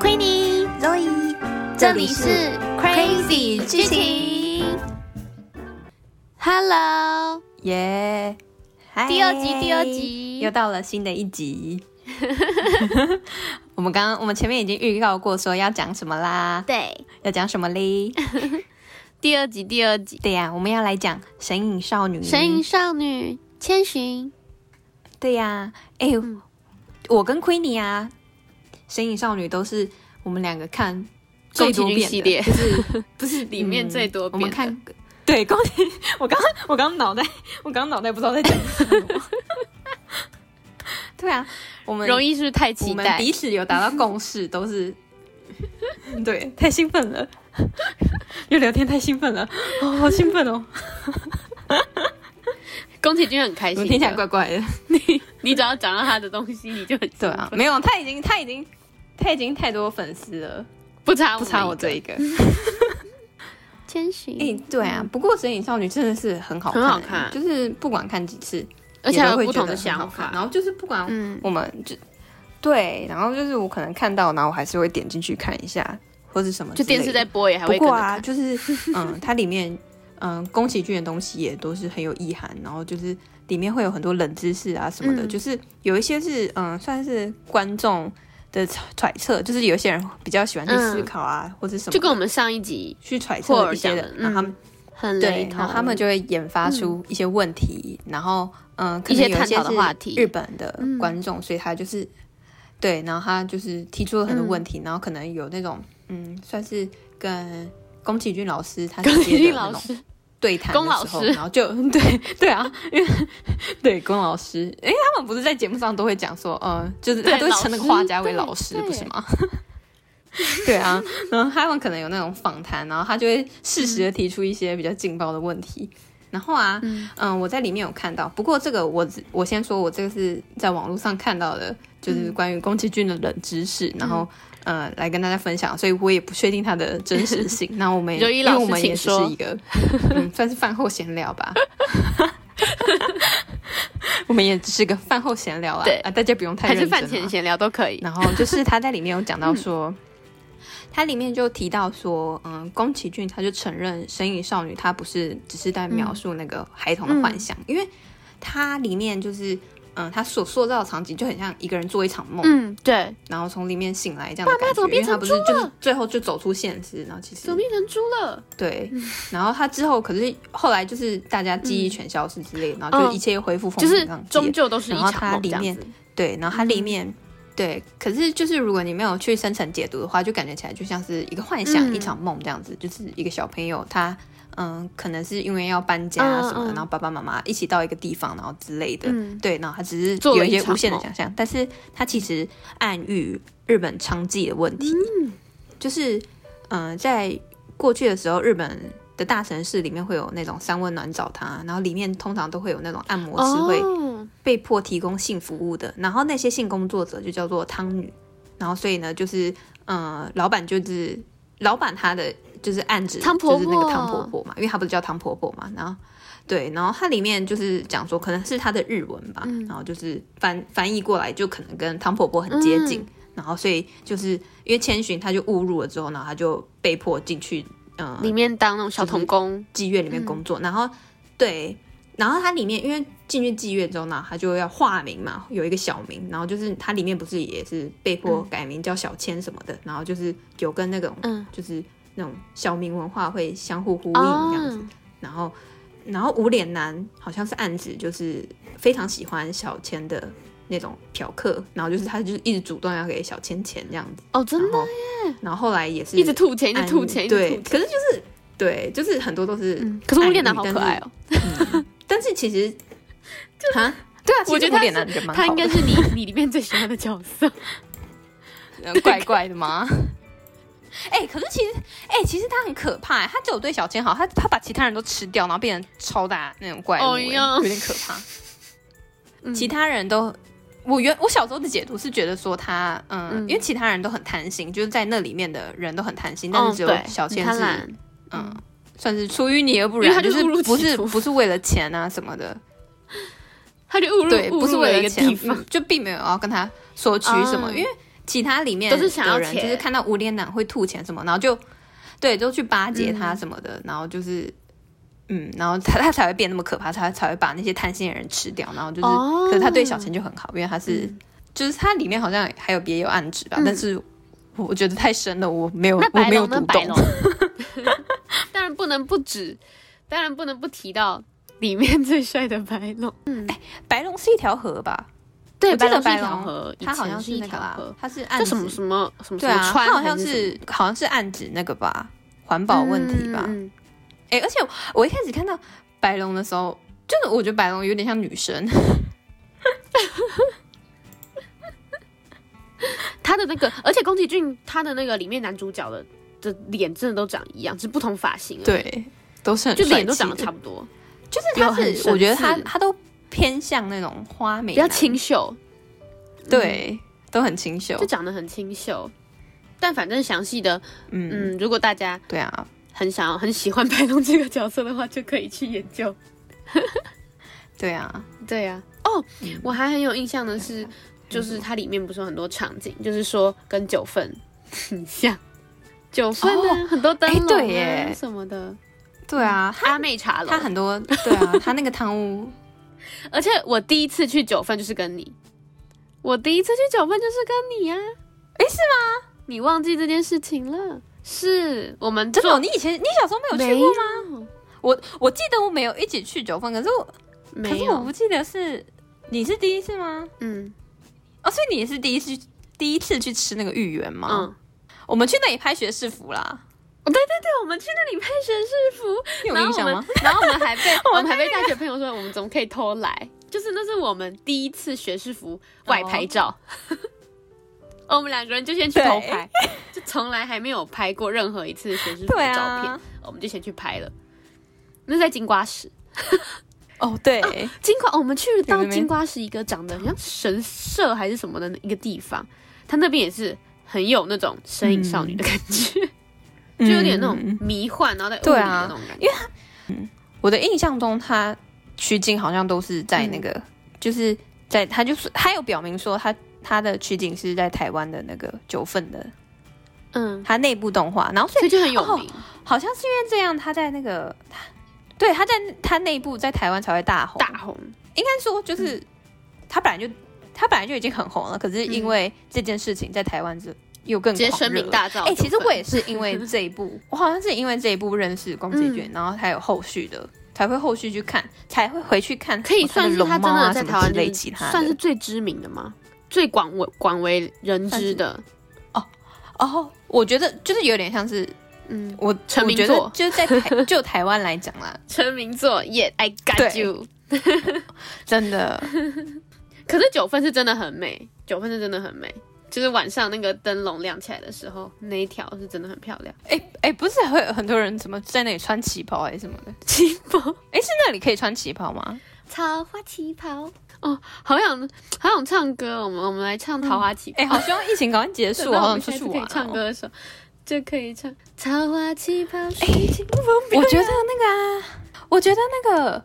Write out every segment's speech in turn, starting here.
Queenie， Zoe，这里是 Crazy 剧情。Hello，耶！嗨第二集第二集又到了新的一集。 我们刚刚我们前面已经预告过说要讲什么啦，对，要讲什么嘞？第二集第二集，对呀、我们要来讲《神隐少女》。嗯神隐少女千寻，对呀、哎、嗯我跟 Queenie 啊，《神隐少女》都是我们两个看最多遍的宫崎骏系列就是不 是里面最多嗯我遍的、们看。对，宫崎， 我刚我刚脑袋，我刚脑袋不知道在讲什么。 对啊，我们容易是不是太我期们待？彼此有达到共识，都是 对，太兴奋了， 又聊天太兴奋了，哦，好兴奋哦，宫崎骏很开怎心的，么听起来怪怪的？ 你只要讲到他的东西，你就很兴 对啊，奋没有，他已经他已经他已经太多粉丝了，不差不差我这一一个个。 千寻，哎、对啊，不过《神隐少女》真的是很好看、很好看就是不管看几次，而且还也都有会不觉同得的很好想看。法。然后就是不管嗯，我们就、对，然后就是我可能看到，然后我还是会点进去看一下，或是什么之就类的，电视在播也还不会跟过着啊，看。就是 嗯，它里面嗯宫崎骏的东西也都是很有意涵，然后就是里面会有很多冷知识啊什么的，嗯就是有一些是嗯算是观众的揣揣测，就是有些人比较喜欢去思嗯考啊、或者什么就的，跟我们上一集去揣霍测尔一些讲人，的，然后他们嗯、很雷对，同然，后他们就会研发出一些问题，然后嗯，可嗯一能些有一探些讨的是话题嗯日本的观众，所以他就是对，然后他就是提出了很多问嗯题，然后可能有那种嗯，算是跟宫崎骏老师 他宫直崎接骏的那老种师，对谈宫的老时候，师然后就 对对啊，因为 对宫老师，哎，他们不是在节目上都会讲说，呃，就是对他都会称那个画家老师为对老师，对不是吗？ 对啊，然后他们可能有那种访谈，然后他就会适时的提出一些比较劲爆的问题。然后啊，嗯、我在里面有看到，不过这个我只我先说，我这个是在网络上看到的，嗯就是关于宫崎骏的冷知识，然后呃来跟大家分享，所以我也不确定它的真实性。 那我们也柔一因老为师我们也请只说是一个嗯，算是饭后闲聊吧。 我们也只是个饭后闲聊啊，对啊，大家不用太还认是真、啊。饭前闲聊都可以。然后就是他在里面有讲到 说，嗯他里面就提到说，嗯，宫崎骏他就承认《神隐少女》他不是只是在描述那个孩童的幻想，因为它里面就是。嗯，他所塑造的场景就很像一个人做一场梦，嗯，对，然后从里面醒来这样的感怎觉，么因为变他成不是就是最后就走出现实，然后其实怎么变成猪了？对，嗯然后他之后可是后来就是大家记忆全消失之类，然后就嗯一切又恢复风就平是嗯浪静。终究都是一然后场它梦这里样面子。对，然后它里面、对，可是就是如果你没有去深层解读的话，就感觉起来就像是一个幻想、嗯一场梦这样子，就是一个小朋友他。嗯，可能是因为要搬家啊什么嗯的，嗯然后爸爸妈妈一起到一个地方，然后之类的，嗯对，然后他只是做有了一一些场无限的梦想象，但是他其实暗喻日本娼妓的问题，就是嗯、呃在过去的时候，日本的大城市里面会有那种三温暖澡堂啊，然后里面通常都会有那种按摩师会哦，被迫提供性服务的，然后那些性工作者就叫做汤女，然后所以呢，就是呃，老板就是老板他的就是暗指汤婆婆就是那个汤婆婆嘛，因为她不是叫汤婆婆嘛，然后对，然后它里面就是讲说可能是她的日文吧，嗯然后就是翻翻译过来就可能跟汤婆婆很接近，嗯然后所以就是因为千寻他就误入了之后，然后他就被迫进去嗯、呃里面当那种小童工，妓院里面工作，然嗯后对，然后它里面因为进去妓院之后呢，他就要化名嘛，有一个小名，然后就是它里面不是也是被迫改名叫小千什么的，然后就是有跟那种、嗯就是那种小民文化会相互呼应这样子，哦，然后然后无脸男好像是暗指就是非常喜欢小千的那种嫖客，然后就是他就是一直主动要给小千钱这样子，哦，真然的后然后后来也是一直吐钱，一直暗吐钱，一直对，吐钱。可是就是对，就是很多都是。嗯，可是无脸男暗好喻可爱哦，但是其实，哈，嗯对啊，我觉得他脸是男觉得蛮他好应该的 是你你里面最喜欢的角色。呃怪怪的吗？ 哎、可是其实，哎、其实他很可怕、哎他只有对小千好，他他把其他人都吃掉，然后变成超大那种怪物、哦哎哟有点可怕。 嗯其他人都，我原我小时候的解读是觉得说他，嗯，嗯因为其他人都很贪心，就是在那里面的人都很贪心，但哦，是只有对，小千贪是，婪嗯，算是出淤泥而不因为他染，就就是误入是不歧是途不是为了钱啊什么的，他就误入对，误不是入了为一了个钱 地，方，嗯就并没有要跟他索取什么，嗯因为其他里面都是想要的人，钱就是看到无脸男会吐钱什么，然后就对都去巴结他什么的，然后就是嗯，然后他他才会变那么可怕，他才会把那些贪心的人吃掉，然后就是，哦嗯可是他对小钱就很好，因为他是、就是他里面好像还有别有暗指吧，但是我觉得太深了，我没有那我白没有龙呢？读白懂 龙，，当然不能不止，当然不能不提到里面最帅的白龙。白龙是一条河吧？对，我记白得龙是一白条龙河，以它好前是像啊是一那个条啦河，，它是暗这指什么什么什么对什么啊，川它好还像什么，是好像是暗指那个吧，环保问题吧。嗯嗯嗯哎、而且我一开始看到白龙的时候，就是我觉得白龙有点像女生，他的那个，而且宫崎骏他的那个里面男主角的的脸真的都长一样，只是不同发型而已，对， 都是很就脸都帅长得气的差不多，就是有他很是神我觉得他似他都偏向那种花美比男，较清秀，对，都很清秀就，长得很清秀。但反正详细的，嗯，嗯，如果大家对啊，很想要很喜欢白龙这个角色的话，就可以去研究。对啊，嗯对呀、哦，我还很有印象的是，就是它里面不是有很多场景，就是说跟九份 很像，九份啊，哦很多灯笼、啊哎对耶什么的，对啊，他阿妹茶楼。他很多对啊， 他那个贪污，而且我第一次去九份就是跟你，我第一次去九份就是跟你呀、啊，哎、是吗？你忘记这件事情了？是我们真的做哦，你以前你小时候没有去过吗？吗？我我记得我没有一起去九份，可是我可没是我有不，记得是你是第一次吗？嗯哦，所以你也是第一次去第一次去吃那个芋圆吗？嗯，我们去那里拍学士服啦，对，我们去那里拍学士服，你有然印后我象吗们？， 然后我们还被 我我们还被大学朋友说我们怎么可以偷来，就是那是我们第一次学士哦服外拍照。 我们两个人就先去偷拍，就从来还没有拍过任何一次学士服对的照片，啊，我们就先去拍了。那是在金瓜石，哦对，金瓜，哦我们去了到对那边金瓜石一个长得很像神社还是什么的一个地方，它那边也是很有那种身影少女的感觉， 就有点那种嗯迷幻，然后在雾对里的啊那种感觉。我的印象中，他取景好像都是在那嗯个，就是在他就是他有表明说他他的取景是在台湾的那个九份的，嗯，他内部动画，然后所所以以就很有哦名。好像是因为这样，他在那个他对他在他内部在台湾才会大红，大红，应该说嗯就是、他本来就他本来就已经很红了，可是因为这件事情在台湾这又更直接狂声热名了大噪。哎、其实我也是因为这 一部，我好像是因为这一部认识宫崎嗯骏，然后才有后续的，才会后续去看，才会回去看可以什么算是他他的龙真猫的啊在什台么之湾类就其是他的。算是最知名的吗？最广为广为人知的，哦，我觉得就是有点像是嗯，我成我名觉作得就是在台 就台湾来讲啦，成名作耶、yeah,，I 对 got you。真的可是九份是真的很美，九份是真的很美，就是晚上那个灯笼亮起来的时候，那一条是真的很漂亮。哎哎、不是会有很多人什么在那里穿旗袍还是什么的？旗袍，哎、是那里可以穿旗袍吗？桃花旗袍，哦，好想好想唱歌，我们我们来唱桃花旗袍。 哎、好希望疫情赶快结束，等到好我想们出下次去可玩、以哦。唱歌的时候，就可以唱桃花旗袍。哎、 我觉得那个啊，我觉得那个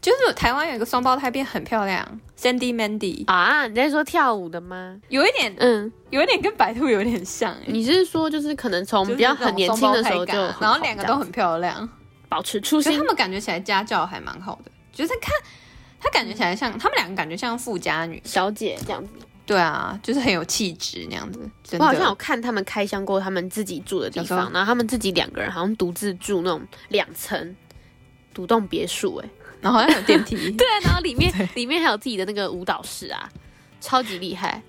就是台湾有一个双胞胎变很漂亮，Sandy Mandy，啊，你在说跳舞的吗？有一点嗯，有一点跟白兔有点像哎、你是说就是可能从就是嗯比较那种很年轻的时候双胞胎就感啊很然后红两个这都样很漂亮，保持初所以心 他，们感觉起来家教还蛮好的，就是看他感觉起来像他们两个感觉像富家女，小姐这样子。对啊，就是很有气质那样子，真我好像有的。看他们开箱过他们自己住的地小时方，候然后他们自己两个人好像独自住那种两层独栋别墅、哎，然后好像有电梯， 对，啊然后里面里面还有自己的那个舞蹈室啊，超级厉害，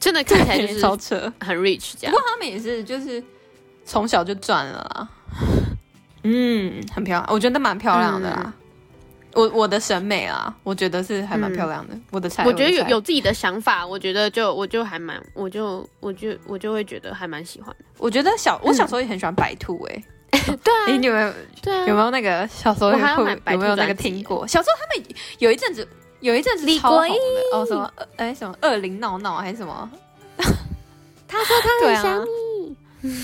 真的看起来就是超扯。很 rich 这不样过。他们也是就是从小就赚了啦。嗯，很漂亮，我觉得蛮漂亮的啦。我我的审美啊，我觉得是还蛮漂亮的，嗯我的菜。我觉得的有菜有，自己的想法，我觉得就我就还蛮，我就我就我就会觉得还蛮喜欢的。我觉得小我小时候也很喜欢白兔哎、对诶啊，你有没有对啊，有没有那个小时候我还要会买白有兔没有那专个辑听过？小时候他们有一阵子有一阵子李超国红的哦，什么哎、什么二零闹闹还是什么？他说他很对啊想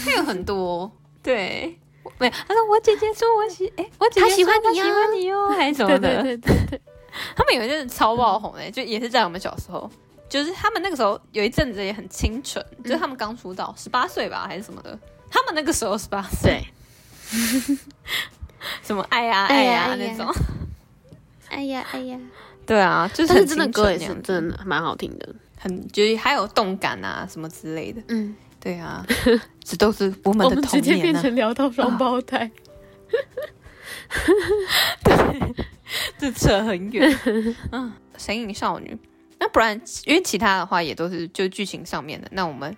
它有很多对。我没有，他说我姐姐说我喜，哎、我姐姐她喜说欢她你喜哦欢你哦，还是什么对的，对对对，他们有一阵子超爆红的、就也是在我们小时候，就是他们那个时候有一阵子也很清纯，就是他们刚出道，十八岁吧还是什么的，他们那个时候十八岁，对，什么爱呀、哎爱呀呀、哎呀那种，哎呀哎呀，对啊，就是但是很真的清歌纯也那是样真的蛮好听的。很就是还有动感啊什么之类的，嗯，对啊，这都是我们我的们童直接年变啊，成聊到双胞胎， 这扯很远。嗯，神隐少女。那不然，因为其他的话也都是就剧情上面的，那我们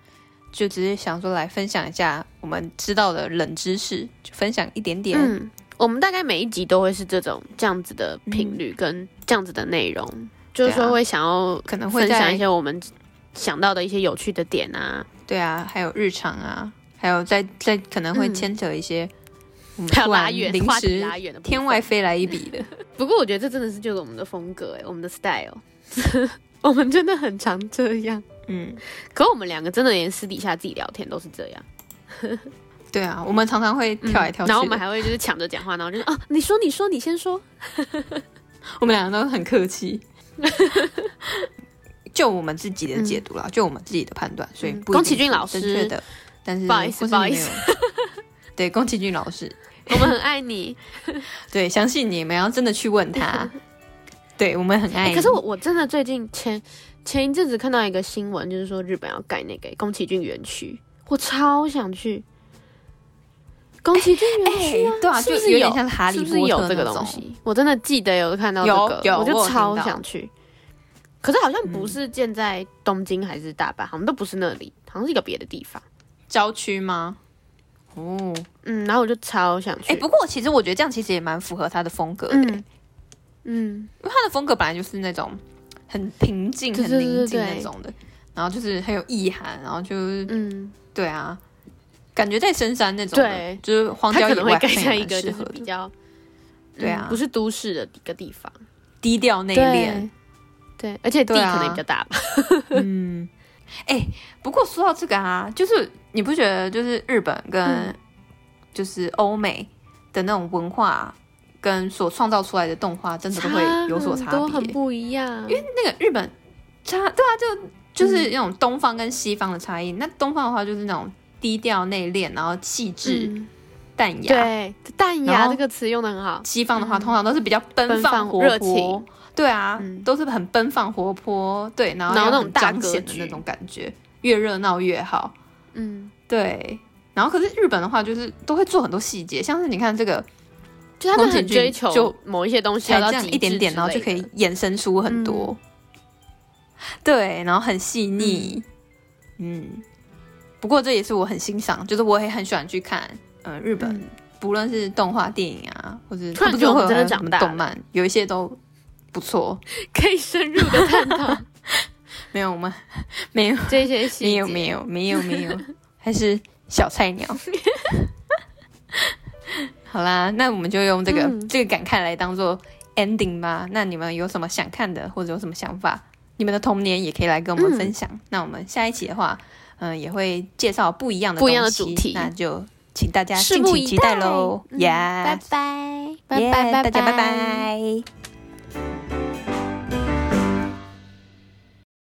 就只是想说来分享一下我们知道的冷知识，就分享一点点。嗯，我们大概每一集都会是这种这样子的频率跟这样子的内容，就是对说啊会想要可能会分享在一些我们想到的一些有趣的点啊，对啊，还有日常啊，还有在在可能会嗯牵扯一些我们还有嗯突拉然远临话题时拉远的部分天外。飞来一笔 的。不过我觉得这真的是就是我们的风格哎、我们的 style，我们真的很常这样。嗯，可我们两个真的连私底下自己聊天都是这样，对啊，我们常常会跳来跳去嗯的、然后我们还会就是抢着讲话，然后就是啊，你说你说你先说， 我们两个都很客气。 就我们自己的解读啦，就我们自己的判断，所以嗯不一定宫崎骏是老师正确的，但是不好意思或是不好你意思没有， 对宫崎骏老师，我们很爱你。对，相信你们要真的去问 他，对我们很爱哎、你、可是我我真的最近前前一阵子看到一个新闻，就是说日本要盖那个宫崎骏园区，我超想去。宫崎骏园哎区啊、对啊，是不就是有有点像哈利是波不特是有这个那种东西？我真的记得有看到这有个，有我就我有超听到想去。可是好像不是建在东京还是大阪，嗯好像都不是那里，好像是一个别的地方。郊区吗？哦，嗯，然后我就超想去。哎、不过哎其实我觉得这样其实也蛮符合他的风格的、嗯嗯，因为他的风格本来就是那种很平静、对很对宁静对对那种的，然后就是很有意涵，然后就是嗯，对啊，感觉在深山那种的，对就是荒它郊可野能外会好盖像在一也蛮个适就合是的比较对啊嗯不是都市的一个地方。低调内敛。对，对，而且地对啊可能比较大吧。嗯，哎、不过说到这个啊，就是你不觉得就是日本跟嗯就是欧美的那种文化跟所创造出来的动画，真的都会有所差很多别、很不一样。因为那个日本差对啊，就就是那种东方跟西方的差异。那东方的话就是那种低调内敛，然后气质、淡嗯雅。对淡然雅后这个词用的很好。西方的话，通常都是比较奔奔放放活热泼情，对啊，嗯都是很奔放活泼，对，然后然后要那种很大彰格显的那局种感觉，越热闹越好，嗯，对。然后可是日本的话，就是都会做很多细节，像是你看这个就他们宫崎很骏追求就某一些东西才要到这样极一点致点，之然后就类可以的嗯衍生出很多，对，然后很细腻，嗯。不过这也是我很欣赏，就是我也很喜欢去看，嗯、日本、嗯不论是动画、电影啊，或者突然不觉得就我会们真有的还有什长么大动了漫，有一些都不错。可以深入的探 讨没有吗？ 没有，这些细没节。有，没有，没有，没有，还是小菜鸟。好啦，那我们就用这个、嗯这个感慨来当做 ending 吧。那你们有什么想看的，或者有什么想法，你们的童年也可以来跟我嗯们分享。那我们下一期的话，嗯、也会介绍不一样的不一样的东主西题那就请大家拭敬目请以期待待喽。嗯耶、拜拜。拜 Yeah，拜，大家拜拜。拜。